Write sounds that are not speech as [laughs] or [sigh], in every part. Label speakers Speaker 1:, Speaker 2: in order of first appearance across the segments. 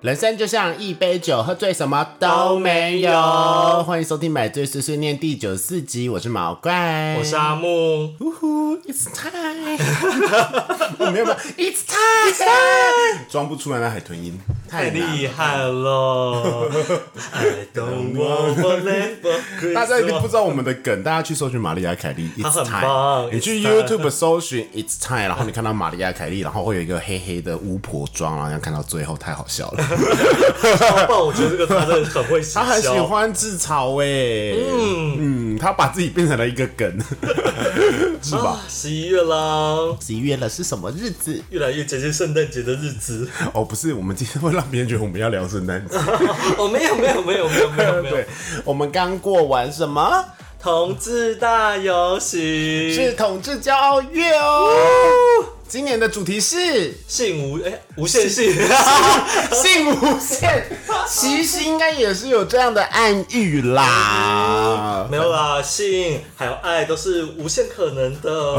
Speaker 1: 人生就像一杯酒，喝醉什么都没有。欢迎收听《买醉碎碎念》第九十四集，我是毛怪，
Speaker 2: 我是啊阿木，
Speaker 1: 呼呼，It's time，我没有办法，It's time，装不出来那海豚音，
Speaker 2: 太
Speaker 1: 难了
Speaker 2: 厉害 [laughs] 了！I don't want for l e for
Speaker 1: 大家一定不
Speaker 2: Christmas。
Speaker 1: 知道我们的梗，大家去搜寻玛丽亚凯莉
Speaker 2: 她
Speaker 1: ，It's
Speaker 2: 很棒
Speaker 1: time，你去
Speaker 2: It's time
Speaker 1: YouTube 搜寻 It's time，然后你看到玛丽亚凯莉，然后会有一个黑黑的巫婆妆，然后要看到最后，太好笑了。
Speaker 2: [laughs] 超棒，我觉得这个他真的很会行
Speaker 1: 她很喜
Speaker 2: 销。
Speaker 1: 欢自嘲诶、嗯嗯，她把自己变成了一个梗，是吧？
Speaker 2: 啊，十一月啦，
Speaker 1: 十一月了是什么日子？
Speaker 2: 越来越接近圣诞节的日子。
Speaker 1: 哦，不是，我们今天会让别人觉得我们要聊圣诞 [laughs] 节。
Speaker 2: [laughs] 哦，没有没有没有没有没有没有
Speaker 1: 对，，我们刚过完什么？
Speaker 2: 同志大游
Speaker 1: 是
Speaker 2: 行，
Speaker 1: 统治骄傲月哦。今年的主题 [laughs] 是
Speaker 2: 性无哎无限性，
Speaker 1: 性无限，其实应该也是有这样的暗喻啦。
Speaker 2: [laughs] 没有啦，性还有爱都是无限可能的。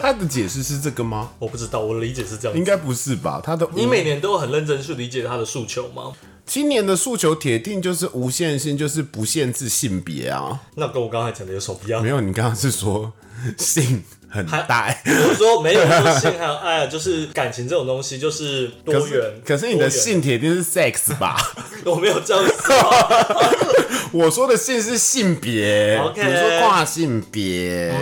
Speaker 1: 他的解释是这个吗？
Speaker 2: [laughs] 我不知道，我理解是这样
Speaker 1: 应
Speaker 2: 子。
Speaker 1: 该不是吧？他的嗯
Speaker 2: 你每年都有很认真去理解他的诉求吗？
Speaker 1: 今年的诉求铁定就是无限性，就是不限制性别啊。
Speaker 2: 那跟我刚才讲的有什么不一样
Speaker 1: 没？有，你刚刚是说性很大、
Speaker 2: 我是说没有说性还有爱啊，就是感情这种东西就是多
Speaker 1: 可
Speaker 2: 元
Speaker 1: 是。可是你的
Speaker 2: 多元
Speaker 1: 性铁定是 sex
Speaker 2: [laughs]
Speaker 1: 吧？
Speaker 2: 我没有这样说。
Speaker 1: 我说的性是性别
Speaker 2: OK 嗯
Speaker 1: 你说跨性别。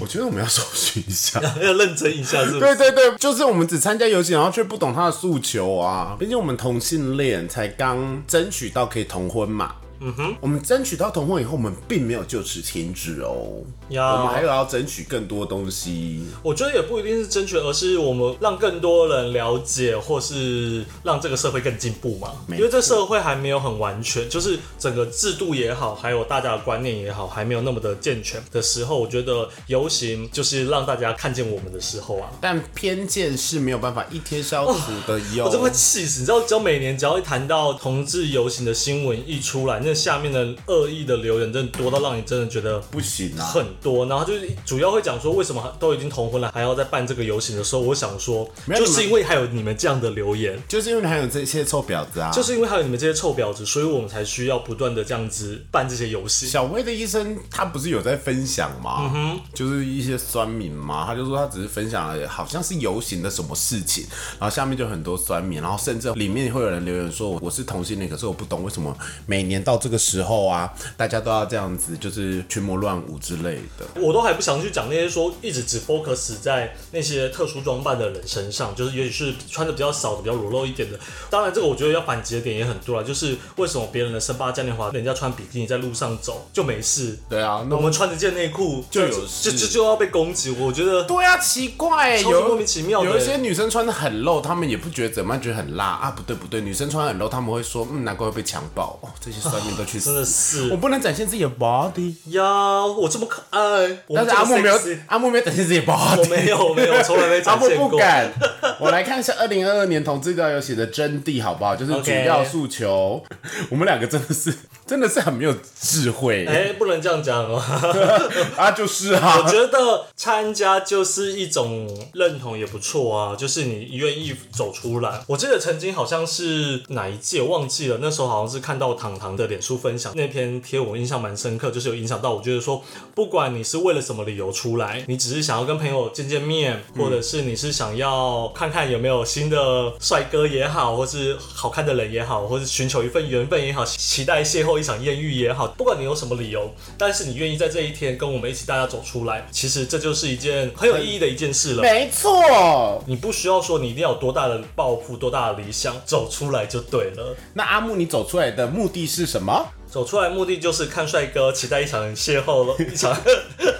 Speaker 1: 我觉得我们要搜寻一下。
Speaker 2: 要认真一下，是不
Speaker 1: 对
Speaker 2: 是？
Speaker 1: 对对，就是我们只参加游戏，然后却不懂他的诉求啊。毕竟我们同性恋才刚争取到可以同婚嘛。嗯哼，我们争取到同婚以后，我们并没有就此停止哦。
Speaker 2: 呀
Speaker 1: 我们还有要争取更多东西。
Speaker 2: [laughs] 我觉得也不一定是争取，而是我们让更多人了解，或是让这个社会更进步嘛。
Speaker 1: 没
Speaker 2: 因为这社会还没有很完全，就是整个制度也好，还有大家的观念也好，还没有那么的健全的时候，我觉得游行就是让大家看见我们的时候啊。
Speaker 1: 但偏见是没有办法一天消除的哟。
Speaker 2: [laughs] 我真的会气死！你知道，只要每年只要一谈到同志游行的新闻一出来，那下面的恶意的留言真的多到让你真的觉得
Speaker 1: 不行啊！
Speaker 2: 很多。然后就是主要会讲说，为什么都已经同婚了，还要再办这个游行的时候，我想说，
Speaker 1: 没有
Speaker 2: 就
Speaker 1: 你
Speaker 2: 是
Speaker 1: 们
Speaker 2: 因为还有你们这样的留言。
Speaker 1: 就是因为还有这些臭婊子啊。
Speaker 2: 就是因为还有你们这些臭婊子，所以我们才需要不断的这样子办这些游行。
Speaker 1: 小薇的医生，他不是有在分享吗？就是一些酸民嘛，他就说他只是分享了好像是游行的什么事情，然后下面就很多酸民，然后甚至里面会有人留言说我是同性恋，可是我不懂为什么每年到这个时候啊，大家都要这样子就是群魔乱舞之类的。
Speaker 2: 我都还不想去讲那些说一直只 focus 在那些特殊装扮的人身上，就是也许是穿的比较少的、比较裸露一点的。当然，这个我觉得要反击的点也很多啦，就是为什么别人的深八嘉年华，人家穿比基尼在路上走就没事，
Speaker 1: 对啊，那
Speaker 2: 我们穿着件内裤
Speaker 1: 就有
Speaker 2: 就
Speaker 1: 事
Speaker 2: 就就要被攻击。我觉得
Speaker 1: 对啊，奇怪、
Speaker 2: 超级
Speaker 1: 有
Speaker 2: 莫名其妙的
Speaker 1: 有一些女生穿的很露，她们也不觉得怎么样，觉得很辣啊。不对不对，女生穿得很露，她们会说嗯，难怪会被强暴哦。这些酸民都 [laughs] 去死，
Speaker 2: 真的
Speaker 1: 我
Speaker 2: 是
Speaker 1: 不能展现自己的 body。
Speaker 2: 呀，我这么可爱，我
Speaker 1: 但
Speaker 2: 们
Speaker 1: 是阿木没有
Speaker 2: 这么 sexy，
Speaker 1: 阿木没有展现自己的 body，
Speaker 2: 我没有，我没有，我从来没
Speaker 1: 阿
Speaker 2: 展
Speaker 1: 木
Speaker 2: 现过。
Speaker 1: 不
Speaker 2: [laughs]
Speaker 1: 敢。我来看一下二零二二年同志大游戏的真谛好不好？就是主
Speaker 2: OK
Speaker 1: 要诉求我们两个真的是真的是很没有智慧、
Speaker 2: [laughs] 哎、不能这样讲哦。
Speaker 1: 啊，就是啊
Speaker 2: 我，觉得参加就是一种认同，也不错啊。就是你愿意走出来。我记得曾经好像是哪一届忘记了，那时候好像是看到糖糖的脸书分享那篇贴文，印象蛮深刻，就是有影响到我。觉得说，不管你是为了什么理由出来，你只是想要跟朋友见见面，或者是你是想要看看有没有新的帅哥也好，或是好看的人也好，或是寻求一份缘分也好，期待邂逅一场艳遇也好，不管你有什么理由，但是你愿意在这一天跟我们一起大家走出来，其实这就是一件很有意义的一件事了。
Speaker 1: 没错。
Speaker 2: 你不需要说你一定要有多大的抱负、多大的理想，走出来就对了。
Speaker 1: 那阿木，你走出来的目的是什
Speaker 2: [laughs]
Speaker 1: 么？
Speaker 2: 走出来目的就是看帅哥，期待一场邂逅了，一场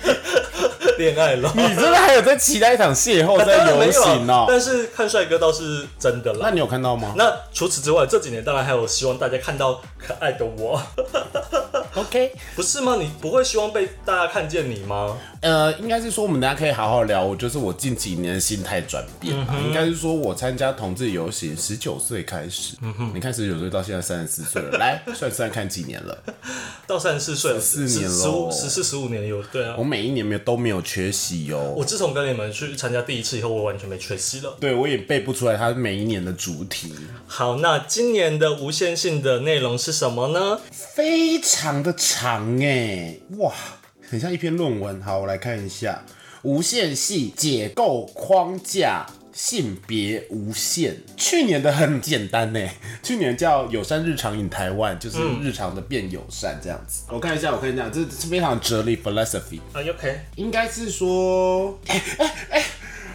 Speaker 2: [laughs] 恋爱了。
Speaker 1: 你真的还有在期待一场邂逅
Speaker 2: 当
Speaker 1: 在
Speaker 2: [laughs] 然没
Speaker 1: 游
Speaker 2: 有啊
Speaker 1: 行哦、
Speaker 2: 但是看帅哥倒是真的
Speaker 1: 那
Speaker 2: 啦。
Speaker 1: 你有看到
Speaker 2: [laughs]
Speaker 1: 吗
Speaker 2: 那除此之外，这几年当然还有希望大家看到可爱的我， [laughs]
Speaker 1: ？OK，
Speaker 2: 不是吗？你不会希望被大家看见你吗？
Speaker 1: 呃，应该是说我们大家可以好好聊，我就是我近几年的心态转变啊，应该是说我参加同志游行，十九岁开始，你看十九岁到现在三十四岁了， [laughs] 来算算看几年了，
Speaker 2: 到三十四岁了，
Speaker 1: 14年
Speaker 2: 十五、
Speaker 1: 咯
Speaker 2: 十四、十五年有对啊
Speaker 1: 我。每一年没有都没有缺席哦
Speaker 2: 我。自从跟你们去参加第一次以后，我完全没缺席了。
Speaker 1: 对，我也背不出来它每一年的主题，
Speaker 2: 好，那今年的无限性的内容是什么呢？
Speaker 1: 非常的长哎、哇，很像一篇论文。好，我来看一下，无限系解构框架。性别无限，去年的很简单呢。欸去年叫友善日常 in 台湾，就是日常的变友善这样子。嗯我看一下，我看一下，这是非常哲理 philosophy。
Speaker 2: 啊，OK，
Speaker 1: 应该是说，哎哎哎，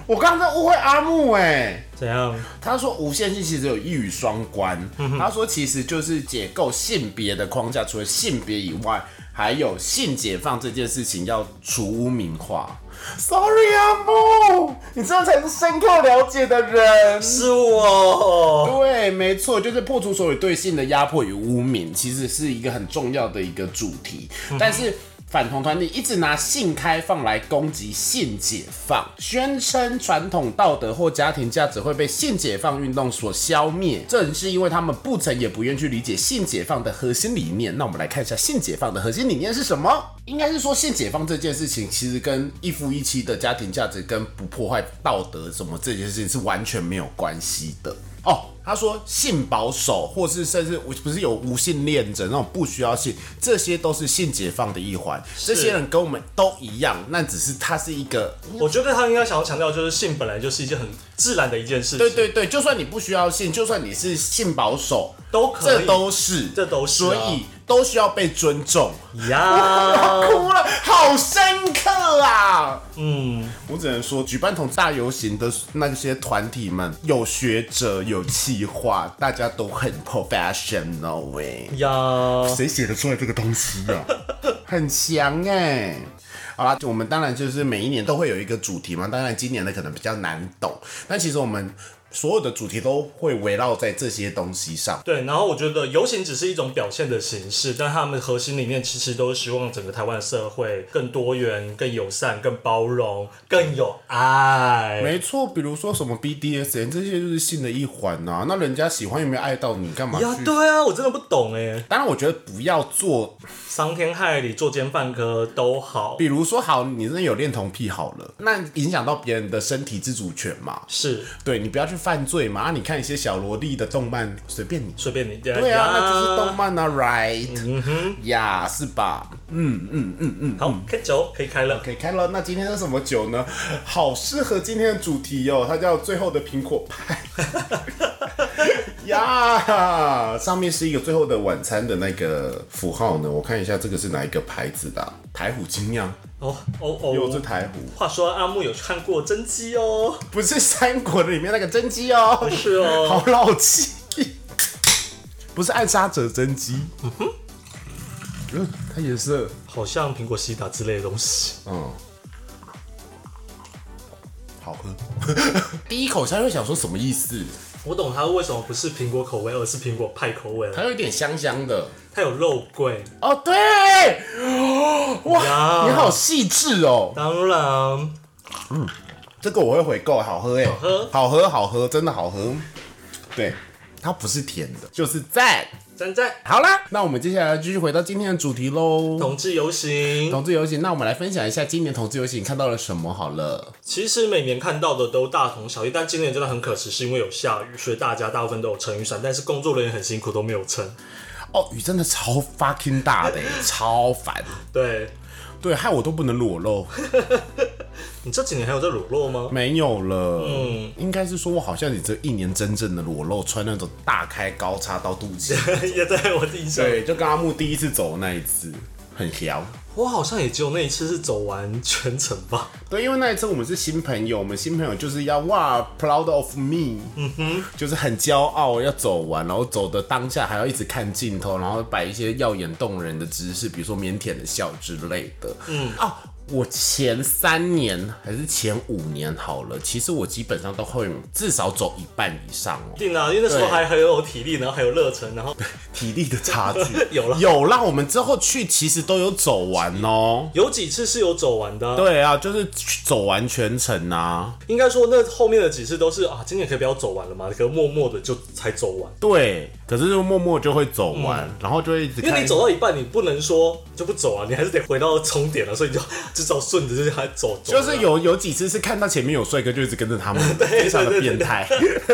Speaker 1: 我刚刚在误会阿木哎、
Speaker 2: 怎样？
Speaker 1: 他说无限性其实有一语双关，他说其实就是解构性别的框架，除了性别以外，还有性解放这件事情要除污名化。Sorry 阿木，你这样才是深刻了解的人。
Speaker 2: 是我。
Speaker 1: 对，没错，就是破除所有对性的压迫与污名，其实是一个很重要的一个主题。但是反同团体一直拿性开放来攻击性解放，宣称传统道德或家庭价值会被性解放运动所消灭，正是因为他们不曾也不愿去理解性解放的核心理念。那我们来看一下性解放的核心理念是什么？应该是说性解放这件事情，其实跟一夫一妻的家庭价值跟不破坏道德什么这件事情是完全没有关系的。哦，他说性保守，或是甚至不是有无性恋者那种不需要性，这些都是性解放的一环。这些人跟我们都一样，那只是他是一个，
Speaker 2: 我觉得他应该想要强调，就是性本来就是一件很自然的一件事情。
Speaker 1: 对对对，就算你不需要性，就算你是性保守，
Speaker 2: 都可以
Speaker 1: 这都是，
Speaker 2: 这都是啊
Speaker 1: 所以都需要被尊重。
Speaker 2: 呀，
Speaker 1: 哭了，好深刻啊！
Speaker 2: 嗯，
Speaker 1: 我只能说，举办同志大游行的那些团体们，有学者，有企划，大家都很 professional 欸喂、
Speaker 2: 呀，
Speaker 1: 谁写得出来这个东西啊？ [laughs] 很强哎、好啦，我们当然就是每一年都会有一个主题嘛，当然今年的可能比较难懂，但其实我们所有的主题都会围绕在这些东西上。
Speaker 2: 对，然后我觉得游行只是一种表现的形式，但他们核心理念其实都是希望整个台湾社会更多元、更友善、更包容、更有爱。
Speaker 1: 没错，比如说什么 BDSN 这些就是性的一环呐、那人家喜欢有没有爱到你，干嘛
Speaker 2: 呀，
Speaker 1: 去？
Speaker 2: 对啊，我真的不懂哎、
Speaker 1: 当然，我觉得不要做，
Speaker 2: 伤天害理、作奸犯科都好，
Speaker 1: 比如说好，你真的有恋童癖好了，那影响到别人的身体自主权嘛？
Speaker 2: 是
Speaker 1: 对你不要去犯罪嘛？啊，你看一些小萝莉的动漫，随便你。
Speaker 2: 随便你。
Speaker 1: 对
Speaker 2: 对
Speaker 1: 啊，那就是动漫啊，right？呀、是吧？嗯
Speaker 2: 好，开酒可以开了。
Speaker 1: 可以看了，那今天是什么酒呢？好适合今天的主题哦，它叫《最后的苹果派》呀。上面是一个最后的晚餐的那个符号呢，我看一下这个是哪一个牌子的啊、台虎精酿，
Speaker 2: 哦哦
Speaker 1: 又是
Speaker 2: 哦。
Speaker 1: 台虎，
Speaker 2: 话说阿木有看过真姬哦，
Speaker 1: 不是三国的里面那个甄姬哦，
Speaker 2: 是哦，
Speaker 1: 好老气，不是暗杀者甄姬。嗯哼，嗯，它颜色。
Speaker 2: 好像苹果西打之类的东西。
Speaker 1: 嗯，好喝。第一口下会想说什么意思？
Speaker 2: 我懂它为什么不是苹果口味，而是苹果派口味了。
Speaker 1: 它有一点香香的。
Speaker 2: 它有肉桂，
Speaker 1: 哦，对，哇，
Speaker 2: 呀
Speaker 1: 你好细致哦。
Speaker 2: 当然
Speaker 1: 这个我会回购，好喝哎，好
Speaker 2: 喝
Speaker 1: 好喝，好喝，真的好喝。对，它不是甜的，就是赞。
Speaker 2: 站在
Speaker 1: 好啦，那我们接下来继续回到今天的主题喽。
Speaker 2: 同志游行。
Speaker 1: 同志游行，那我们来分享一下今年同志游行看到了什么好了。
Speaker 2: 其实每年看到的都大同小异，但今年真的很可惜，是因为有下雨，所以大家大部分都有撑雨伞，但是工作人员很辛苦都没有撑。
Speaker 1: 哦，雨真的超 fucking 大 [laughs] 的，欸超烦，
Speaker 2: 对
Speaker 1: 对，害我都不能裸露。
Speaker 2: 你这几年还有在裸露吗？
Speaker 1: 没有了，嗯，应该是说我好像你这一年真正的裸露，穿那种大开高叉到肚脐，
Speaker 2: 也在我印
Speaker 1: [laughs]
Speaker 2: 象，
Speaker 1: 对，就跟阿木第一次走的那一次，很屌。
Speaker 2: 我好像也只有那一次是走完全程吧。
Speaker 1: 对，因为那一次我们是新朋友，我们新朋友就是要哇，proud of me，嗯哼，就是很骄傲要走完，然后走的当下还要一直看镜头，然后摆一些耀眼动人的姿势，比如说腼腆的笑之类的。嗯啊，我前三年还是前五年好了，其实我基本上都会至少走一半以上哦。
Speaker 2: 定啊，因为那时候
Speaker 1: 对
Speaker 2: 还很有体力，然后还有热忱，然后
Speaker 1: 体力的差距
Speaker 2: 有啦
Speaker 1: 有啦，我们之后去其实都有走完哦。
Speaker 2: 有几次是有走完的啊、
Speaker 1: 对啊，就是去走完全程啊。
Speaker 2: 应该说那后面的几次都是啊，今年可以不要走完了嘛，可是默默的就才走完。
Speaker 1: 对，可是就默默就会走完，然后就会一直
Speaker 2: 嗯因
Speaker 1: 看。
Speaker 2: 为你走到一半，你不能说就不走啊，你还是得回到终点了，所以你就只走顺着，就是还走，走
Speaker 1: 就是有有几次是看到前面有帅哥，就一直跟着他们，
Speaker 2: [laughs] 对
Speaker 1: 非常的
Speaker 2: 对对
Speaker 1: 变态。 [laughs]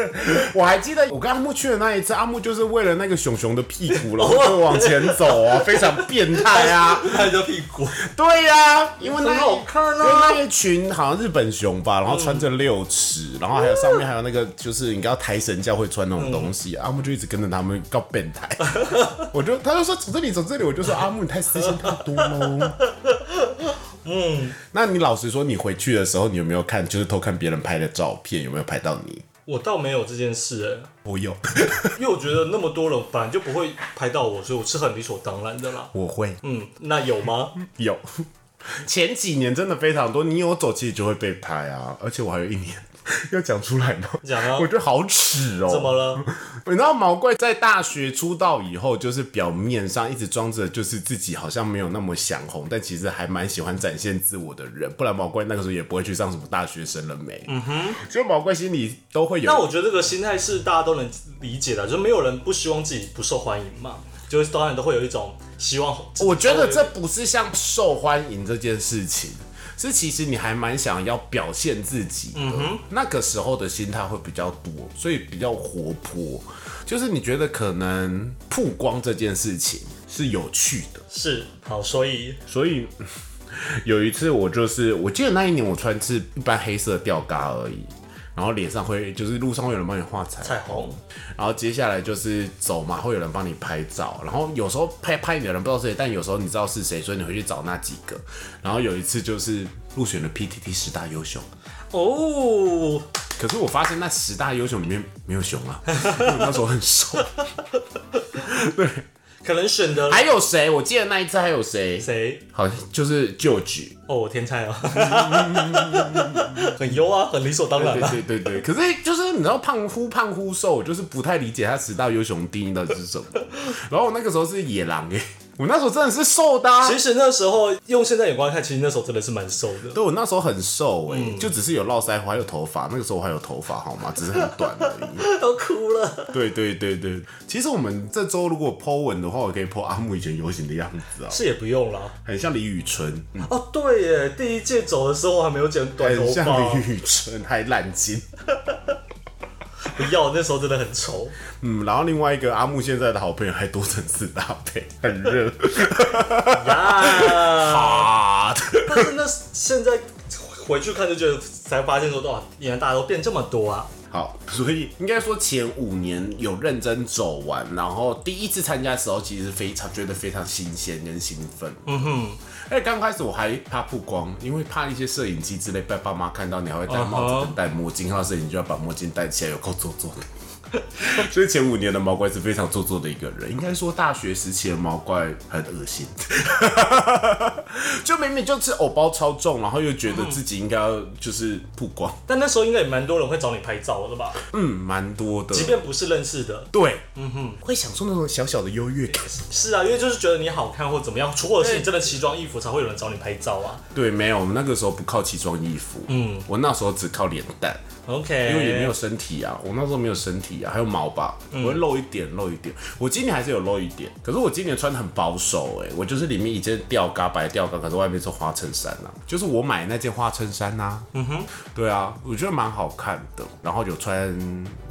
Speaker 1: 我还记得我跟阿木去的那一次，阿木就是为了那个熊熊的屁股，然后就往前走
Speaker 2: [laughs]
Speaker 1: 啊，非常变态啊！
Speaker 2: 拍着屁股，
Speaker 1: 对呀、因为那
Speaker 2: 很好看啊
Speaker 1: 因为那一群好像日本熊吧，然后穿着六尺，然后还有上面还有那个就是你知道台神教会穿那种东西，啊阿木就一直跟着他们告变态， [laughs] 我就他就说走这里走这里，我就说阿木你太思想太多喽。嗯，那你老实说，你回去的时候，你有没有看就是偷看别人拍的照片，有没有拍到你？
Speaker 2: 我倒没有这件事哎、
Speaker 1: 我有， [laughs]
Speaker 2: 因为我觉得那么多人本来就不会拍到我，所以我是很理所当然的啦。
Speaker 1: 我会
Speaker 2: 嗯，那有
Speaker 1: [laughs]
Speaker 2: 吗？ [laughs]
Speaker 1: 有。前几年真的非常多，你有走其实就会被拍啊，而且我还有一年 [laughs] 要讲出来吗？
Speaker 2: 讲啊
Speaker 1: 我觉得好耻哦、
Speaker 2: 怎么了？
Speaker 1: 你知道毛怪在大学出道以后，就是表面上一直装着就是自己好像没有那么想红，但其实还蛮喜欢展现自我的人，不然毛怪那个时候也不会去上什么大学生了没。嗯哼，就毛怪心里都会有。
Speaker 2: 那我觉得这个心态是大家都能理解的，就是没有人不希望自己不受欢迎嘛，就是当然都会有一种希望。
Speaker 1: 我觉得这不是像受欢迎这件事情，是其实你还蛮想要表现自己的，那个时候的心态会比较多，所以比较活泼。就是你觉得可能曝光这件事情是有趣的，
Speaker 2: 是好，所以
Speaker 1: 所以 [laughs] 有一次我就是，我记得那一年我穿是一般黑色吊嘎而已，然后脸上会就是路上会有人帮你画彩
Speaker 2: 彩虹
Speaker 1: 然后接下来就是走嘛，会有人帮你拍照，然后有时候拍拍你的人不知道是谁，但有时候你知道是谁，所以你会去找那几个。然后有一次就是入选了 PTT 十大优秀，
Speaker 2: 哦，
Speaker 1: 可是我发现那十大优秀里面没有 [laughs] 熊啊，因为我那时候很瘦。
Speaker 2: 可能选的
Speaker 1: 还有谁？我记得那一次还有谁？
Speaker 2: 谁？
Speaker 1: 好像就是旧局，
Speaker 2: 哦， [laughs] 我天才啊，很优啊，很理所当然啊。
Speaker 1: 对对对对。可是就是你知道胖乎胖乎瘦，我就是不太理解他十大优雄定义到底是什么。然后我那个时候是野狼哎、我那时候真的是瘦的、啊。
Speaker 2: 其实那时候用现在眼光看，其实那时候真的是蛮瘦的。
Speaker 1: 对，我那时候很瘦哎、就只是有络腮胡，还有头发。那个时候我还有头发，好吗？只是很短而
Speaker 2: [laughs]
Speaker 1: 已。
Speaker 2: 都哭了。
Speaker 1: 对对对对，其实我们这周如果 Po 文的话，我可以 Po 阿木以前游行的样子啊，
Speaker 2: 是也不用啦。
Speaker 1: 很像李宇春，嗯
Speaker 2: 哦，对耶，第一届走的时候还没有剪短头
Speaker 1: 很像
Speaker 2: 发
Speaker 1: 李，宇春，还烂金。
Speaker 2: 不要，那时候真的很丑。
Speaker 1: 嗯，然后另外一个阿木现在的好朋友还多层次搭配，很热
Speaker 2: [laughs] 呀，
Speaker 1: 啊。
Speaker 2: 但是那现在回去看就觉得，才发现说，哇，原来大家都变这么多啊。
Speaker 1: 好，所以应该说前五年有认真走完，然后第一次参加的时候，其实非常觉得非常新鲜跟兴奋。嗯哼，而且刚开始我还怕曝光，因为怕一些摄影机之类被爸妈看到，你还会戴帽
Speaker 2: 嗯
Speaker 1: 子
Speaker 2: 哼
Speaker 1: 跟戴墨镜，看到摄影就要把墨镜戴起来，有够做作的。 [laughs] 所以前五年的毛怪是非常做作的一个人，应该说大学时期的毛怪很恶心， [laughs] 就明明就吃藕包超重，然后又觉得自己应该要就是曝光，
Speaker 2: 但那时候应该也蛮多人会找你拍照的吧？
Speaker 1: 嗯，蛮多的。
Speaker 2: 即便不是认识的，
Speaker 1: 对，嗯哼，会享受那种小小的优越感。
Speaker 2: 是啊，因为就是觉得你好看或怎么样，或者是你真的奇装异服才会有人找你拍照啊。
Speaker 1: 对，没有，我们那个时候不靠奇装异服，嗯，我那时候只靠脸蛋，
Speaker 2: OK，
Speaker 1: 因为也没有身体啊，我那时候没有身体啊，还有毛吧，我会露一点，露一点。我今年还是有露一点，可是我今年穿的很保守、欸，哎，我就是里面一件吊嘎白吊嘎，可是外面是花衬衫啊，就是我买那件花衬衫呐、啊，嗯哼，对啊，我觉得蛮好看的，然后有穿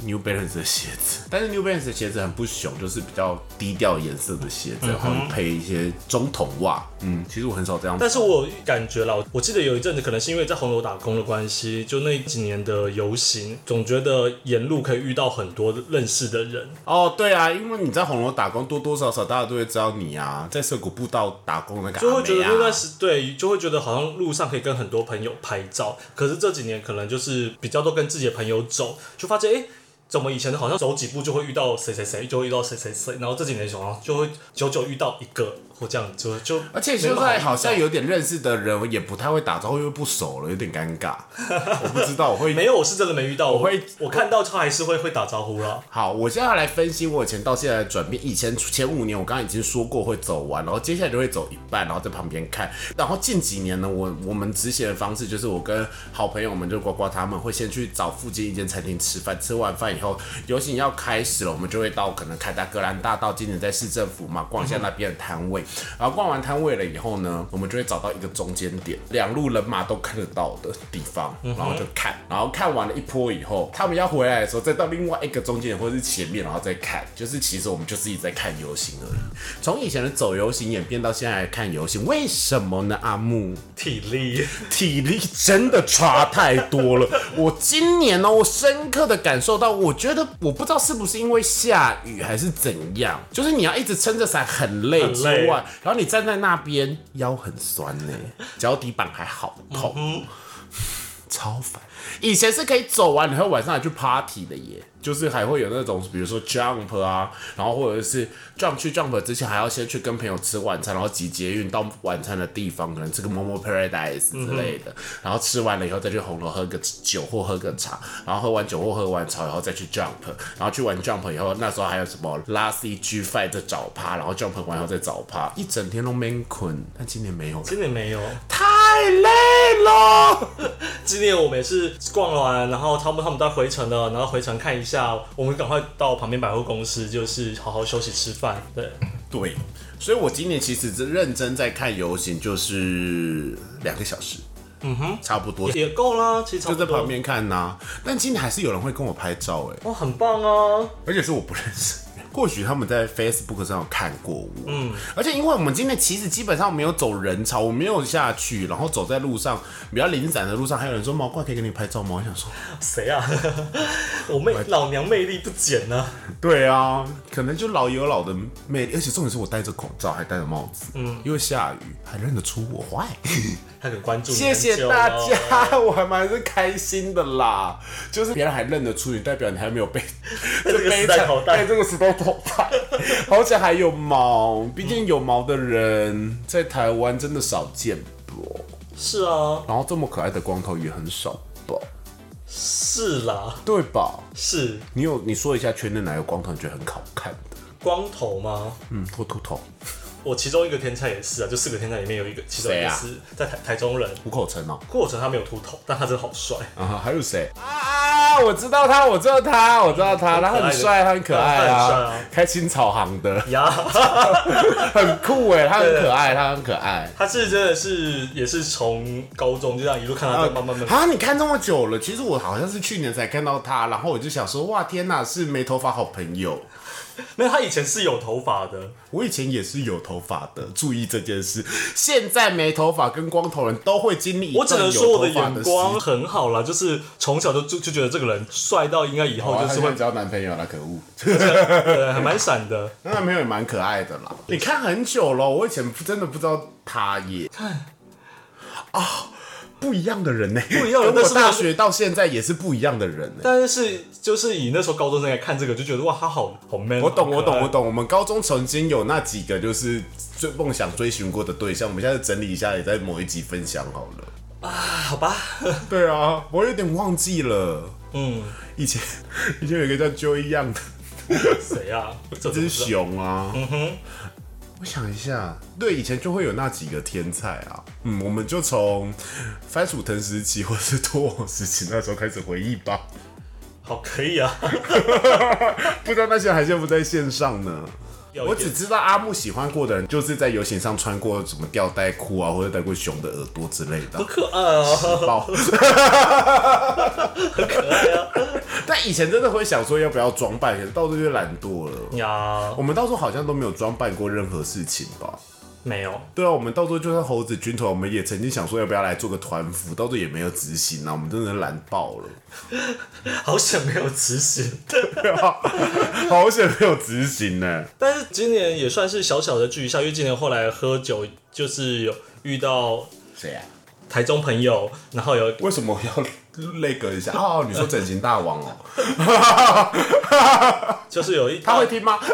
Speaker 1: New Balance 的鞋子，但是 New Balance 的鞋子很不熊，就是比较低调颜色的鞋子，然后配一些中筒袜，嗯，其实我很少这样，
Speaker 2: 但是我有感觉啦，我记得有一阵子，可能是因为在红楼打工的关系，就那几年的游行，总觉得沿路可以遇到很多认识的人。
Speaker 1: 哦，对啊，因为你在红楼打工，多多少少大家都会知道你啊，在涩谷步道打工那个、啊，
Speaker 2: 就会觉得那段时对，就会觉得好像路上可以跟很多朋友拍照。可是这几年可能就是比较多跟自己的朋友走，就发现哎、诶怎么以前好像走几步就会遇到谁谁谁，就会遇到谁谁谁，然后这几年好像就会久久遇到一个或这样就就，
Speaker 1: 而且现在好像有点认识的人也不太会打招呼，因为不熟了，有点尴
Speaker 2: [laughs]
Speaker 1: 尬。我不知道，我会
Speaker 2: 没有，我是真的没遇到，我
Speaker 1: 会
Speaker 2: 我看到他还是会会打招呼啦。
Speaker 1: 好，我现在来分析我以前到现在的转变。以前前五年我刚刚已经说过会走完，然后接下来就会走一半，然后在旁边看。然后近几年呢，我我们止血的方式就是我跟好朋友们就呱呱他们会先去找附近一间餐厅吃饭，吃完饭以后游行要开始了，我们就会到可能凯达格兰大道，今年在市政府嘛逛一下那边的摊位，然后逛完摊位了以后呢，我们就会找到一个中间点，两路人马都看得到的地方，然后就看，然后看完了一波以后，他们要回来的时候，再到另外一个中间点或者是前面，然后再看。就是其实我们就是一直在看游行而已。从以前的走游行演变到现在的看游行，为什么呢？阿木，
Speaker 2: 体力，
Speaker 1: 体力真的差太多了。我今年呢、我深刻的感受到，我觉得我不知道是不是因为下雨还是怎样，就是你要一直撑着伞很累
Speaker 2: 很
Speaker 1: 之
Speaker 2: 累
Speaker 1: 外，然后你站在那边腰很酸呢、脚底板还好痛，超烦。以前是可以走完，然后晚上还去 party 的耶，就是还会有那种，比如说 jump 啊，然后或者是 jump 去 jump 之前还要先去跟朋友吃晚餐，然后集捷运到晚餐的地方，可能吃个 Momo Paradise 之类的，然后吃完了以后再去红楼喝个酒或喝个茶，然后喝完酒或喝完茶以后再去 jump，然后去完 jump 以后，那时候还有什么拉 C G Five 的早趴，然后 jump 完以后再早趴，一整天都没困，但今年没有了，
Speaker 2: 今年没有。
Speaker 1: 太累了。
Speaker 2: 今年我们也是逛完，然后他们他们都要回程了，然后回程看一下，我们赶快到旁边百货公司，就是好好休息吃饭。
Speaker 1: [laughs]
Speaker 2: 对，
Speaker 1: 对，所以我今年其实真认真在看游行，就是两个小时，嗯哼，差不多
Speaker 2: 也够啦，其实差
Speaker 1: 就
Speaker 2: 不
Speaker 1: 在
Speaker 2: 多
Speaker 1: 旁。边看呐、但今年还是有人会跟我拍照哎、
Speaker 2: 哇，很棒啊！
Speaker 1: 而且是我不认识的人。或许他们在 Facebook 上有看过我，嗯，而且因为我们今天其实基本上没有走人潮，我没有下去，然后走在路上比较零散的路上，还有人说毛怪可以跟你拍照吗？我想说，
Speaker 2: 谁啊？ [laughs] 我妹老娘魅力不减呢、
Speaker 1: 对啊，可能就老有老的魅力，而且重点是我戴着口罩，还戴着帽子，嗯，因为下雨还认得出我，坏。
Speaker 2: 她很关注你
Speaker 1: 谢
Speaker 2: 很
Speaker 1: 谢
Speaker 2: 久
Speaker 1: 大
Speaker 2: 了。
Speaker 1: 家，我还蛮是开心的啦。就是别人还认得出你，代表你还没有被
Speaker 2: [laughs] 这个时代淘汰
Speaker 1: 被这个时代淘汰。好且还有毛，毕竟有毛的人在台湾真的少见吧。
Speaker 2: 是啊，
Speaker 1: 然后这么可爱的光头也很少吧，
Speaker 2: 是啦，
Speaker 1: 对吧？
Speaker 2: 是
Speaker 1: 你有你说一下圈内哪个光头你觉得很好看的？
Speaker 2: 光头吗？
Speaker 1: 嗯，或秃头、
Speaker 2: 我其中一个天菜也是啊，就四个天菜里面有一个，其中一
Speaker 1: 谁
Speaker 2: 个
Speaker 1: 啊
Speaker 2: 是在台台中人。
Speaker 1: 虎口城哦、
Speaker 2: 过程他没有秃头，但他真的好帅，
Speaker 1: 啊，还有谁啊啊？我知道他，我知道他，我知道他，他很帅，他很可爱
Speaker 2: 他很帅
Speaker 1: 啊
Speaker 2: 啊，
Speaker 1: 开青草行的。 [laughs]
Speaker 2: 呀， [laughs]
Speaker 1: 很酷哎，他很可爱，他很可爱。
Speaker 2: 他是真的是也是从高中就这样一路看他在慢慢慢慢，
Speaker 1: 啊！你看这么久了，其实我好像是去年才看到他，然后我就想说，哇，天哪，是没头发好朋友。
Speaker 2: 没有他以前是有头发的，
Speaker 1: 我以前也是有头发的，注意这件事。现在没头发跟光头人都会经历一
Speaker 2: 我只
Speaker 1: 段
Speaker 2: 能
Speaker 1: 有
Speaker 2: 说我
Speaker 1: 头
Speaker 2: 的
Speaker 1: 发的
Speaker 2: 眼
Speaker 1: 时
Speaker 2: 光很好啦，就是从小就就就觉得这个人帅到应该以后
Speaker 1: 哇
Speaker 2: 就是
Speaker 1: 他现
Speaker 2: 会
Speaker 1: 在交男朋友了，可恶！
Speaker 2: 呃还蛮闪的，
Speaker 1: 那男朋友也蛮可爱的啦。你看很久了，我以前真的不知道他耶。看啊，不一样的人呢、
Speaker 2: 不一样的
Speaker 1: 跟
Speaker 2: 但
Speaker 1: 我
Speaker 2: 是
Speaker 1: 大学到现在也是不一样的人呢、
Speaker 2: 但是就是以那时候高中生来看这个，就觉得哇他好好 man，
Speaker 1: [laughs]
Speaker 2: 啊
Speaker 1: 我懂，
Speaker 2: 好
Speaker 1: 我
Speaker 2: 可爱
Speaker 1: 懂，我懂。我们高中曾经有那几个就是追梦想追寻过的对象，我们现在整理一下，也在某一集分享好了。
Speaker 2: 好吧，
Speaker 1: 对啊，我有点忘记了。
Speaker 2: 嗯，
Speaker 1: 以前 [laughs] 以前有一个叫 Joey Young 的，
Speaker 2: 谁啊？这
Speaker 1: 这
Speaker 2: 真
Speaker 1: 是熊啊。嗯哼，我想一下，对，以前就会有那几个天才啊。嗯，我们就从番薯藤时期或是托王时期那时候开始回忆吧。
Speaker 2: 好可以啊，
Speaker 1: 不知道那些还在不在线上呢？
Speaker 2: 有一
Speaker 1: 我
Speaker 2: 点
Speaker 1: 只知道阿木喜欢过的人，就是在游行上穿过什么吊带裤啊，或者戴过熊的耳朵之类的
Speaker 2: 好。可爱啊， [laughs]
Speaker 1: 爆！
Speaker 2: 可爱啊
Speaker 1: [laughs] 但以前真的会想说要不要装扮，可是到最后就懒惰了。
Speaker 2: 呀，
Speaker 1: 我们到时候好像都没有装扮过任何事情吧？
Speaker 2: 没有。
Speaker 1: 对啊，我们到时候就算猴子军团，我们也曾经想说要不要来做个团服，到时候也没有执行啊，我们真的懒爆了。 [laughs]
Speaker 2: 好险没有执行。
Speaker 1: 对啊，好险没有执行呢、
Speaker 2: 但是今年也算是小小的聚一下，因为今年后来喝酒就是有遇到
Speaker 1: 谁啊？
Speaker 2: 台中朋友，然后有
Speaker 1: [laughs] 为什么要那个一下？哦，你说整形大王哦，
Speaker 2: [laughs] 就是有一
Speaker 1: 他会，听吗？
Speaker 2: 他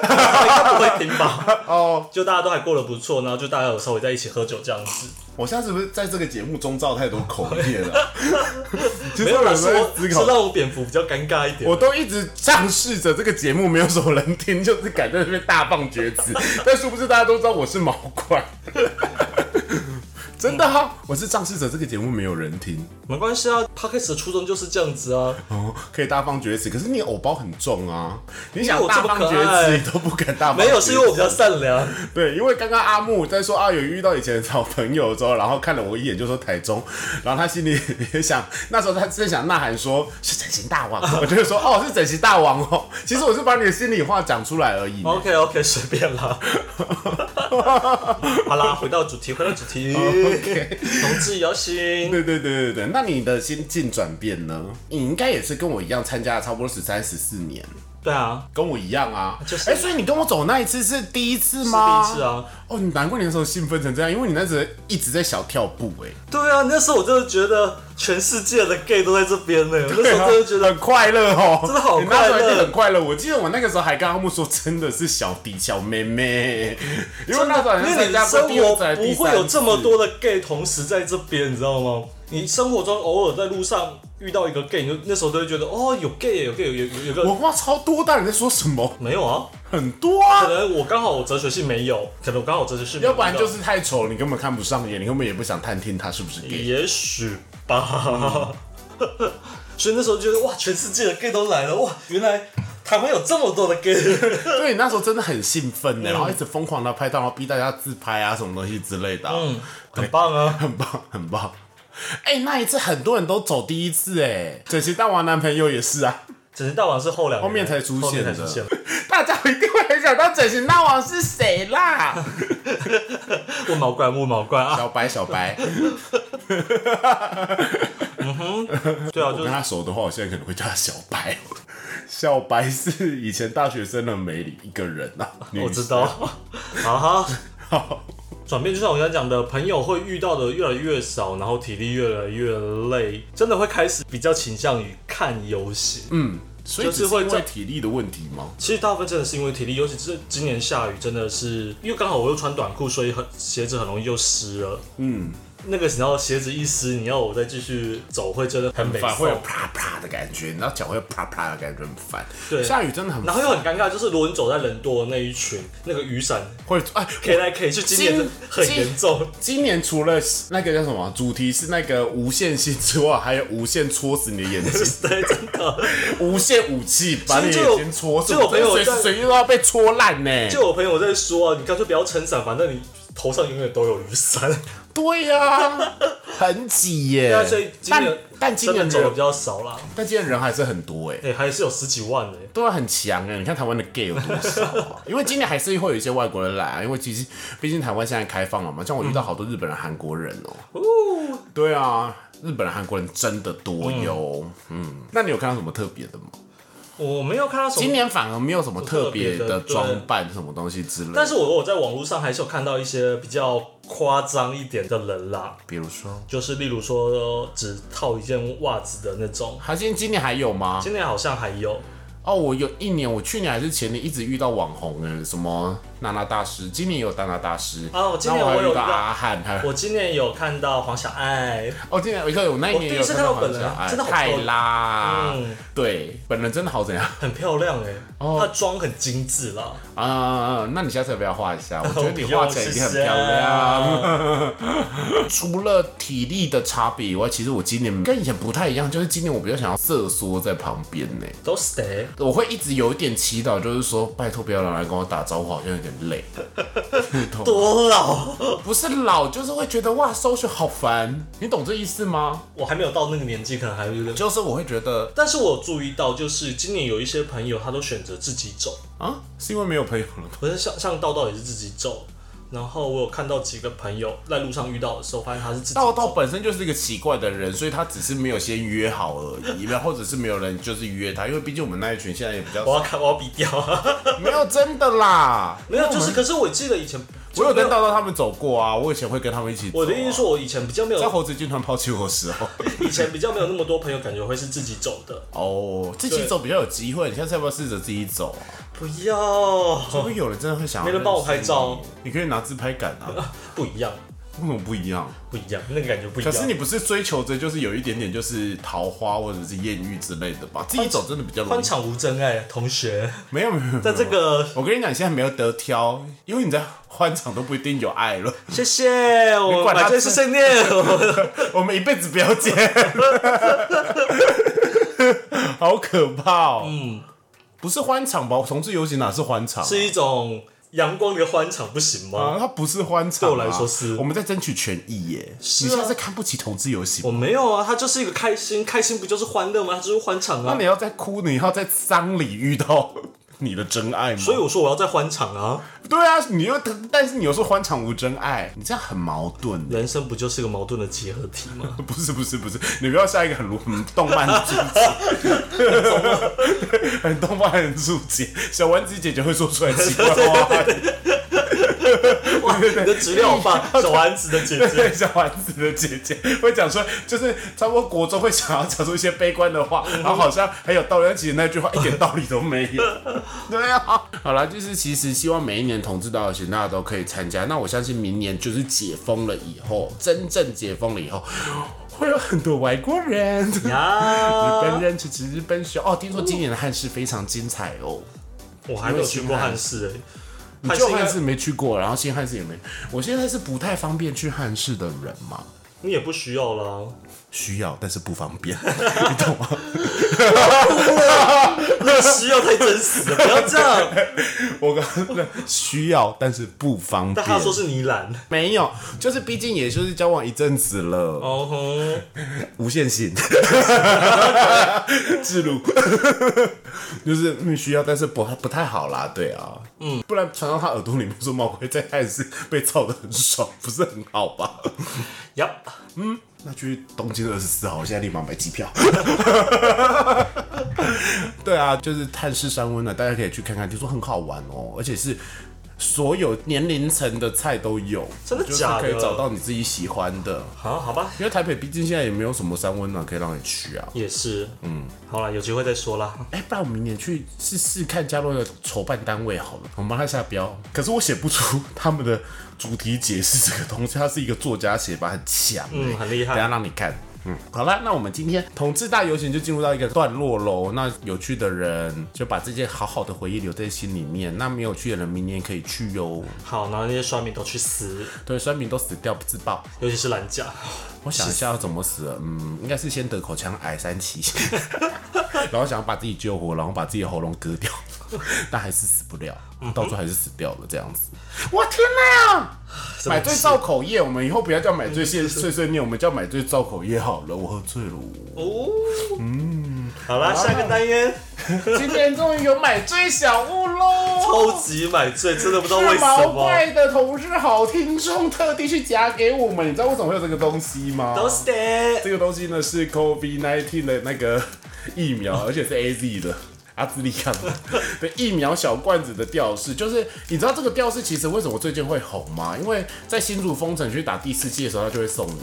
Speaker 2: 应该不会听吧？ [laughs]
Speaker 1: 哦，
Speaker 2: 就大家都还过得不错，然后就大家有稍微在一起喝酒这样子。
Speaker 1: 我现在是不是在这个节目中造太多口业
Speaker 2: [laughs]
Speaker 1: 了？其
Speaker 2: 没
Speaker 1: 实
Speaker 2: 有啦，
Speaker 1: 人
Speaker 2: 是
Speaker 1: 在
Speaker 2: 我
Speaker 1: 思
Speaker 2: 是
Speaker 1: 考，
Speaker 2: 让我蝙蝠比较尴尬一点。
Speaker 1: 我都一直仗势着这个节目没有什么人听，就是敢
Speaker 2: [laughs]
Speaker 1: 在那边大放厥词，但殊不知大家都知道我是毛怪。真的啊！我是仗势者，这个节目没有人听
Speaker 2: 没关系啊 p o d c a s 的初衷就是这样子啊。
Speaker 1: 哦，可以大放厥词。可是你偶包很重啊，你想
Speaker 2: 因为我
Speaker 1: 大
Speaker 2: 这么
Speaker 1: 放
Speaker 2: 可
Speaker 1: 厥词
Speaker 2: 爱
Speaker 1: 你都不敢大放厥
Speaker 2: 没
Speaker 1: 词。
Speaker 2: 有，是因为我比较善良。
Speaker 1: 对，因为刚刚阿木在说啊，有遇到以前的好朋友之后，然后看了我一眼就说台中，然后他心里也想，那时候他正想呐喊说是整形大王， [laughs]
Speaker 2: [laughs]
Speaker 1: 我就会说哦是整形大王哦，其实我是把你的心里话讲出来而已。
Speaker 2: OK OK，随便啦。 [laughs] 好啦，回到主题，回到主
Speaker 1: [laughs]
Speaker 2: 题。
Speaker 1: 哦 OK
Speaker 2: 同志游行，
Speaker 1: 对对对对对，那你的心境转变呢？你应该也是跟我一样参加了差不多十三十四年，
Speaker 2: 对啊，
Speaker 1: 跟我一样啊。
Speaker 2: 就是
Speaker 1: 哎、所以你跟我走那一次是第一次
Speaker 2: 是
Speaker 1: 吗？
Speaker 2: 第一次。啊。
Speaker 1: 哦，你难怪你那时候兴奋成这样，因为你那时候一直在小跳步、哎。
Speaker 2: 对啊，那时候我真的觉得全世界的 gay 都在这边呢、
Speaker 1: 啊
Speaker 2: 那时候真的觉得
Speaker 1: 很快乐哦，
Speaker 2: 啊真的好
Speaker 1: 你那时候
Speaker 2: 快乐
Speaker 1: 一定很快乐。我记得我那个时候还跟阿木说，真的是小弟小妹妹，因为那时候好像
Speaker 2: 因为
Speaker 1: 参
Speaker 2: 你
Speaker 1: 加过
Speaker 2: 生
Speaker 1: 第二次还
Speaker 2: 活
Speaker 1: 是第
Speaker 2: 不
Speaker 1: 三
Speaker 2: 会
Speaker 1: 次
Speaker 2: 有这么。多的 gay 同时在这边，你知道吗？你生活中偶尔在路上遇到一个 gay，你就那时候都会觉得哦，有 gay，有 gay，有有有有
Speaker 1: 我
Speaker 2: 个
Speaker 1: 话超多，但你在说什么？
Speaker 2: 没有啊？
Speaker 1: 很多
Speaker 2: 可
Speaker 1: 啊，
Speaker 2: 能我刚好我哲学系没有，可能我刚好哲学系没有
Speaker 1: 要不然就是太丑，你根本看不上眼，你根本也不想探听他是不是 gay。嗯
Speaker 2: 也许吧。 [laughs] 所以那时候就觉得哇，全世界的 gay 都来了哇，原来台湾有这么多的 gay。
Speaker 1: 对，那时候真的很兴奋
Speaker 2: 嗯
Speaker 1: 呢，然后一直疯狂的拍照，然后逼大家自拍啊，什么东西之类的啊，
Speaker 2: 嗯，很棒啊！
Speaker 1: 很棒，很棒。哎、那一次很多人都走第一次哎，整形大王男朋友也是啊。
Speaker 2: 整形大王是后两年
Speaker 1: 后面才出
Speaker 2: 后
Speaker 1: 现
Speaker 2: 面
Speaker 1: 的
Speaker 2: 才出现。
Speaker 1: [laughs]
Speaker 2: [laughs]
Speaker 1: 大家一定会很想到整形大王是谁啦？
Speaker 2: [laughs] 问毛怪，问毛怪啊！
Speaker 1: 小白，小白，
Speaker 2: 对啊，
Speaker 1: [laughs] 我
Speaker 2: 就
Speaker 1: 跟
Speaker 2: 是
Speaker 1: 他熟的话，我现在可能会叫他小白。 [laughs] 小白是以前大学生的美里一个人啊，
Speaker 2: 哦我知道。 [laughs] 啊哈，
Speaker 1: 好。
Speaker 2: 转变就像我刚才讲的，朋友会遇到的越来越少，然后体力越来越累，真的会开始比较倾向于看游戏。嗯，
Speaker 1: [laughs] 所以
Speaker 2: 就是
Speaker 1: 只是
Speaker 2: 会
Speaker 1: 因
Speaker 2: 这
Speaker 1: 为体力的问题吗？
Speaker 2: 其实大部分真的是因为体力，尤其是今年下雨，真的是因为刚好我又穿短裤，所以很鞋子很容易就湿了。嗯。那个时候鞋子一湿，你要我再继续走，会真的很美
Speaker 1: 反而会有啪啪的感觉，你知道脚会有啪啪的感觉很烦。
Speaker 2: 对
Speaker 1: 下雨真的很烦，
Speaker 2: 然后又很尴尬，就是如果你走在人多的那一群，那个雨伞
Speaker 1: 会哎，
Speaker 2: K 来 K 去，今年真的很
Speaker 1: 今
Speaker 2: 严重。 [laughs]
Speaker 1: 今年除了那个叫什么主题是那个无限性之外，还有无限戳死你的眼睛，
Speaker 2: 对，真的。
Speaker 1: 无限武器把你
Speaker 2: 其实就
Speaker 1: 眼
Speaker 2: 有
Speaker 1: 睛戳碎，
Speaker 2: 就有朋友
Speaker 1: 随时
Speaker 2: 在
Speaker 1: 随地都要被戳烂呢、
Speaker 2: [laughs] 就我朋友在说啊，你干脆不要撑伞，反正你头上永远都有雨伞。
Speaker 1: 对呀、
Speaker 2: [laughs]
Speaker 1: 很挤耶、
Speaker 2: 对啊所以今
Speaker 1: 但
Speaker 2: 年
Speaker 1: 但今
Speaker 2: 真的
Speaker 1: 年
Speaker 2: 走的
Speaker 1: 人
Speaker 2: 比，较少啦，
Speaker 1: 但今年人还是很多哎、
Speaker 2: 哎、还是有十几万的、
Speaker 1: 都很强哎、你看台湾的 gay 有多少啊？ [laughs] 因为今年还是会有一些外国人来啊，因为其实毕竟台湾现在开放了嘛，像我遇到好多日本人、韩国人哦、
Speaker 2: 哦，
Speaker 1: [laughs] 对啊，日本人、韩国人真的多哟。嗯那你有看到什么特别的吗？
Speaker 2: 我没有看到什
Speaker 1: 今
Speaker 2: 么，
Speaker 1: 年反而没有什么特别
Speaker 2: 特别
Speaker 1: 的
Speaker 2: 的
Speaker 1: 装扮什么东西之类的，
Speaker 2: 但是我我在网络上还是有看到一些比较夸张一点的人啦，
Speaker 1: 比如说，
Speaker 2: 就是例如说只套一件袜子的那种。
Speaker 1: 还是今年还有吗？
Speaker 2: 今年好像还有，
Speaker 1: 哦，我有一年，我去年还是前年一直遇到网红哎，什么娜娜大师，今年也有娜娜大师，
Speaker 2: 哦今年
Speaker 1: 然后还
Speaker 2: 我有
Speaker 1: 遇到
Speaker 2: 遇到
Speaker 1: 阿汉，还有
Speaker 2: 我今年有看到黄小爱，
Speaker 1: 哦，今年我有我那一年也有
Speaker 2: 我第一次看到
Speaker 1: 到
Speaker 2: 本人啊
Speaker 1: 黄小爱
Speaker 2: 真的好
Speaker 1: 泰
Speaker 2: 丑
Speaker 1: 拉，
Speaker 2: 嗯
Speaker 1: 对，本人真的好怎样 [laughs]
Speaker 2: 很漂亮哎、
Speaker 1: 哦
Speaker 2: 她妆很精致啦，
Speaker 1: 啊、那你下次要不要画一
Speaker 2: [laughs]
Speaker 1: 下？我觉得你
Speaker 2: 不
Speaker 1: 画
Speaker 2: 用
Speaker 1: 起来一定
Speaker 2: 谢
Speaker 1: 很
Speaker 2: 谢
Speaker 1: 漂
Speaker 2: 啊
Speaker 1: 亮。除了体力的差别以外，其实我今年跟以前不太一样，就是今年我比较想要瑟缩在旁边呢。
Speaker 2: 都 stay。
Speaker 1: 我会一直有一点祈祷，就是说，拜托不要让人跟我打招呼，好像有点累。
Speaker 2: 多老，
Speaker 1: 不是老，就是会觉得哇，搜寻好烦，你懂这意思吗？
Speaker 2: 我还没有到那个年纪，可能还有点。
Speaker 1: 就是我会觉得
Speaker 2: 但是我有注意到，就是今年有一些朋友，他都选择自己走，
Speaker 1: 啊，是因为没有朋友了吗？
Speaker 2: 不是像像道道也是自己走。然后我有看到几个朋友在路上遇到的时候，发现他是自己
Speaker 1: 道
Speaker 2: 走。
Speaker 1: 道本身就是一个奇怪的人，所以他只是没有先约好而已，然后或者是没有人就是约他，因为毕竟我们那一群现在也比较
Speaker 2: 我要看，我要比掉。 [laughs]
Speaker 1: 没有真的啦，
Speaker 2: 没有，就是可是我记得以前
Speaker 1: [laughs] 我有
Speaker 2: 没
Speaker 1: 跟道道他们走过啊，我以前会跟他们一起走啊、
Speaker 2: 我的意思是说，我以前比较没
Speaker 1: 在
Speaker 2: 有，
Speaker 1: 猴子军团抛弃我的时候， [laughs]
Speaker 2: 以前比较没有那么多朋友，感觉会是自己走的。
Speaker 1: 哦，自己
Speaker 2: 对
Speaker 1: 走比较有机会，你下次要不要试着自己走啊？
Speaker 2: 不要， [laughs]
Speaker 1: 会有人真的会想要
Speaker 2: 没人帮我拍照
Speaker 1: 认识你，你可以拿自拍杆啊。
Speaker 2: 不一样。
Speaker 1: 为什么不一样？
Speaker 2: 不一样，那个感觉不一
Speaker 1: 可
Speaker 2: 样。
Speaker 1: 是你不是追求着就是有一点点就是桃花或者是艳遇之类的吧？自己走真的比较容
Speaker 2: 欢
Speaker 1: 易。
Speaker 2: 场无真爱，同学，
Speaker 1: 没有没有没有，
Speaker 2: 在这个
Speaker 1: 我跟你讲，你现在没有得挑，因为你在欢场都不一定有爱了。 [laughs]
Speaker 2: 谢谢我
Speaker 1: 管他
Speaker 2: 买醉是圣殿，
Speaker 1: 我们一辈子不要见， [laughs] 好可怕哦。嗯，不是欢场吧？同志游行哪是欢场啊、
Speaker 2: [laughs] 是一种阳光的欢场，不行吗？
Speaker 1: 啊，它不是欢场、啊。
Speaker 2: 对我来说是
Speaker 1: 我们在争取权益耶。
Speaker 2: 是啊
Speaker 1: 你现在在看不起同志游行
Speaker 2: 我
Speaker 1: 吗？
Speaker 2: 没有啊，它就是一个开心，开心不就是欢乐吗？它就是欢场
Speaker 1: 那
Speaker 2: 啊。
Speaker 1: 你要在哭，你要在丧礼遇到 [laughs] 你的真爱吗？
Speaker 2: 所以我说我要在欢场啊，
Speaker 1: 对啊，你又但是你又说欢场无真爱，你这样很矛盾的。
Speaker 2: 人生不就是个矛盾的结合体吗？
Speaker 1: [laughs] 不是不是不是，你不要下一个很很动漫的注 [laughs] 解，很动漫的注解，小丸子姐姐会说出来奇怪话。
Speaker 2: 哇，你的质量好
Speaker 1: [laughs]
Speaker 2: 棒，小丸子的姐姐。
Speaker 1: 对，小丸子的姐姐会讲说，就是差不多国中会想要讲出一些悲观的话，然后好像很有道理，但其实那句话一点道理都没有。 [laughs] 对啊，好啦，就是其实希望每一年同志大游行大家都可以参加。那我相信明年就是解封了以后，真正解封了以后，会有很多外国人。日
Speaker 2: 呀，
Speaker 1: 本人支持日本秀哦，听说今年的汉室非常精彩哦。
Speaker 2: 我还没有去过汉室哎、
Speaker 1: 你
Speaker 2: 汉
Speaker 1: 就
Speaker 2: 应该
Speaker 1: 汉室没去过，然后新汉室也没。我现在是不太方便去汉室的人嘛，
Speaker 2: 你也不需要啦。
Speaker 1: 需要但是不方 [laughs] 便，你懂吗？
Speaker 2: 需要太真实了，不要这样。
Speaker 1: [laughs] 我刚刚在需要但是不方便
Speaker 2: 但，他说是你懒，
Speaker 1: 没有，就是毕竟也就是交往一阵子了，[laughs]
Speaker 2: 哦吼，
Speaker 1: 无限 [laughs] 性，自录， [laughs] 就是嗯需要但是不不太好啦，对啊，嗯，不然传到他耳朵里面说猫龟在汉室被操的很爽，不是很好吧？
Speaker 2: 呀，
Speaker 1: 那去东京二十四号，我现在立马买机 [laughs] 票。对啊，就是探视山温了，大家可以去看看，听说很好玩哦，而且是所有年龄层的菜都有，
Speaker 2: 真的
Speaker 1: 就是
Speaker 2: 假的
Speaker 1: 可以找到你自己喜欢的。
Speaker 2: 好，好吧，
Speaker 1: 因为台北毕竟现在也没有什么山温暖可以让你去啊。
Speaker 2: 也是，嗯，好啦，有机会再说啦。
Speaker 1: 哎、不然我们明年去试试看加入的筹办单位好了，我们帮他下标。可是我写不出他们的主题解释这个东西，他是一个作家写法很强、
Speaker 2: 嗯，很厉
Speaker 1: 等一下
Speaker 2: 害，
Speaker 1: 让你看。嗯，好啦，那我们今天同志大游行就进入到一个段落喽。那有趣的人就把这些好好的回忆留在心里面，那没有去的人明年可以去哟。
Speaker 2: 好，然后那些刷民都去死，
Speaker 1: 对，酸民都死掉不自爆。
Speaker 2: 尤其是蓝甲， [laughs]
Speaker 1: 我想一下要怎么死了，嗯，应该是先得口腔癌三 [laughs] 期，然后想要把自己救活，然后把自己的喉咙割 [laughs] 掉，但还是死不了，到最后还是死掉了这样子。嗯我天哪！买醉造口业，我们以后不要叫买醉 [laughs] 碎碎碎念，我们叫买醉造口业好了。我喝醉了。
Speaker 2: 哦，嗯，好啦，下个单元
Speaker 1: [laughs] 今天终于有买醉小物喽！
Speaker 2: 超级买醉，真的不知道为
Speaker 1: 是
Speaker 2: 什
Speaker 1: 毛
Speaker 2: 么。
Speaker 1: 怪的同事好听众特地去夹给我们，你知道为什么会有这个东西吗？
Speaker 2: 都是的，
Speaker 1: 这个东西呢是 COVID 1 9的那个疫苗，而且是 A Z 的。 [laughs] 阿兹利
Speaker 2: [laughs]
Speaker 1: 康的对疫苗小罐子的吊饰，就是你知道这个吊饰其实为什么最近会红吗？因为在新竹封城去打第四季的时候，它就会送你，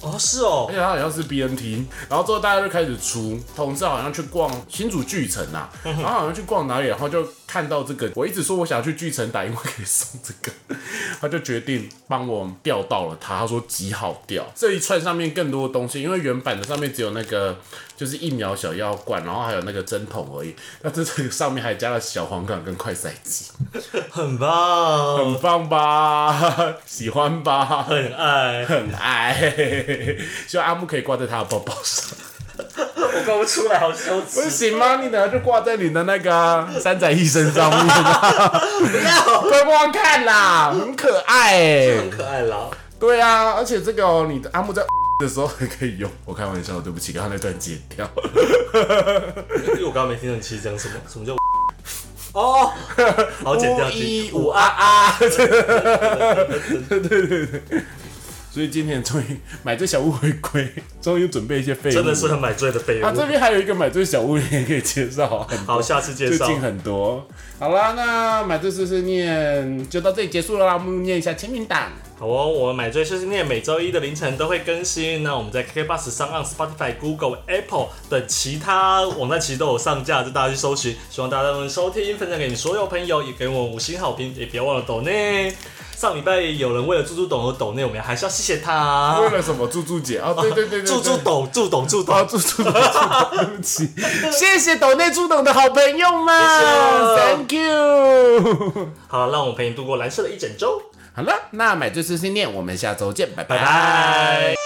Speaker 2: 哦，是哦
Speaker 1: 而，且它好像是 BNT，然后之后大家就开始出，同事好像去逛新竹巨城啊，然后好像去逛哪里，然后就看到这个，我一直说我想要去巨城打，因为可以送这个，他就决定帮我调到了他，他说极好调，这一串上面更多的东西，因为原版的上面只有那个就是疫苗小药罐，然后还有那个针筒而已，那这这个上面还加了小黄杆跟快塞机，
Speaker 2: 很棒，
Speaker 1: 很棒吧？ [laughs] 喜欢吧？
Speaker 2: 很爱，
Speaker 1: [laughs] 很爱，希望阿木可以挂在他的包包上。
Speaker 2: 我搞不出来，好羞耻
Speaker 1: 不。行吗？你等下就挂在你的那个啊三仔一身上面啊，
Speaker 2: 不要，
Speaker 1: 乖乖看啦，很可爱哎、
Speaker 2: 很可爱啦。
Speaker 1: 对啊，而且这个哦，你的阿木在的时候还可以用。我开玩笑，对不起，刚刚那段剪掉。
Speaker 2: 因为我刚刚没听懂你其实讲什么，什么叫哦， [laughs] 好剪掉
Speaker 1: 一
Speaker 2: 去。
Speaker 1: 五啊啊！对对对对。所以今天终于买这小物回归，终于准备一些废物。
Speaker 2: 真的是很买醉的废物。
Speaker 1: 啊，这边还有一个买醉小物，你也可以介绍啊。很多
Speaker 2: 好，下次介
Speaker 1: 最
Speaker 2: 绍。
Speaker 1: 近很多。好啦，那买醉碎碎念就到这里结束了啦，我们念一下签名档。
Speaker 2: 好哦，我们买醉碎碎念每周一的凌晨都会更新。那我们在 KK Bus 上、岸 Spotify、Google、Apple 等其他网站其实都有上架，就大家去搜寻。希望大家都能收听，分享给你所有朋友，也给我们五星好评，也别忘了抖内。上礼拜有人为了猪猪懂而抖内，我们还是要谢谢
Speaker 1: [laughs]
Speaker 2: 他
Speaker 1: 为。了什么？猪猪姐啊，对对对对，
Speaker 2: 猪猪
Speaker 1: 懂
Speaker 2: 懂，猪懂，猪懂
Speaker 1: 啊，。猪猪懂，对不起，谢谢抖内猪懂的好朋友们，Thank you。
Speaker 2: 好，让我陪你度过蓝色的一整周，
Speaker 1: 好了，那买醉碎碎念，我们下周见，拜
Speaker 2: 拜拜。